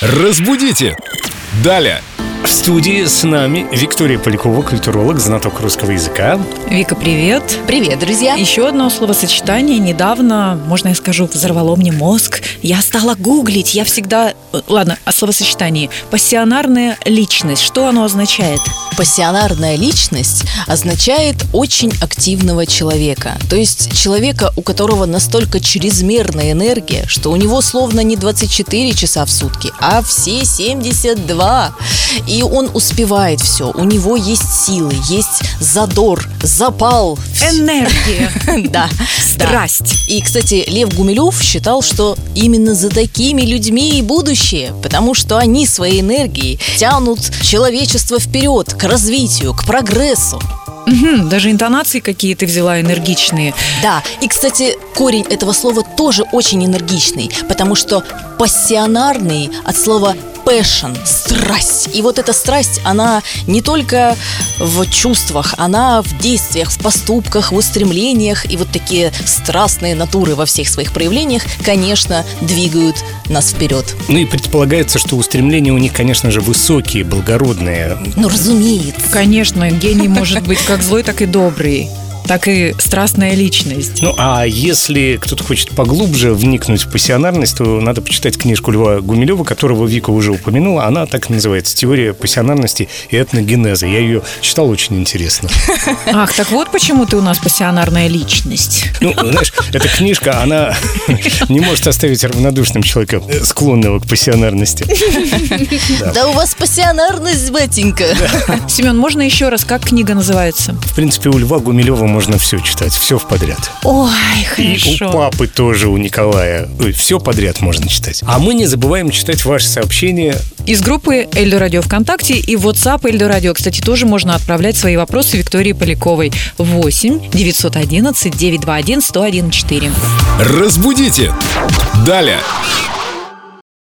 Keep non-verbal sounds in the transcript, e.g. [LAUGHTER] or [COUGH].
Разбудите! Далее! В студии с нами Виктория Полякова, культуролог, знаток русского языка. Вика, привет. Привет, друзья! Еще одно словосочетание недавно, можно я скажу, взорвало мне мозг. Я стала гуглить, я всегда... Ладно, о словосочетании. Пассионарная личность, что оно означает? Пассионарная личность означает очень активного человека. То есть человека, у которого настолько чрезмерная энергия, что у него словно не 24 часа в сутки, а все 72. И он успевает все. У него есть силы, есть задор, запал. Энергия, Да. да. страсть. И, кстати, Лев Гумилев считал, что именно за такими людьми и будущее, потому что они своей энергией тянут человечество вперед, к развитию, к прогрессу. Мгм, даже интонации какие ты взяла энергичные. Да, и, кстати, корень этого слова тоже очень энергичный, потому что пассионарный от слова passion, страсть. И вот эта страсть, она не только в чувствах, она в действиях, в поступках, в устремлениях. И вот такие страстные натуры во всех своих проявлениях, конечно, двигают нас вперед. Ну и предполагается, что устремления у них, конечно же, высокие, благородные. Ну, разумеется. Конечно, гений может быть как злой, так и добрый, так и страстная личность. Ну а если кто-то хочет поглубже вникнуть в пассионарность, то надо почитать книжку Льва Гумилева, которого Вика уже упомянула. Она так и называется «Теория пассионарности и этногенеза». Я ее читал очень интересно. Ах, так вот почему ты у нас пассионарная личность. Ну, знаешь, эта книжка, она [LAUGHS] не может оставить равнодушным человека, э, склонного к пассионарности. Да, у вас пассионарность, батенька. Семен, можно еще раз, как книга называется? В принципе, у Льва Гумилева можно все читать, все в подряд. Ой, И у папы тоже, у Николая. Все подряд можно читать. А мы не забываем читать ваши сообщения. Из группы Эльдо Радио ВКонтакте и WhatsApp Эльдо Радио. Кстати, тоже можно отправлять свои вопросы Виктории Поляковой. 8 911 921 1014. Разбудите! Далее!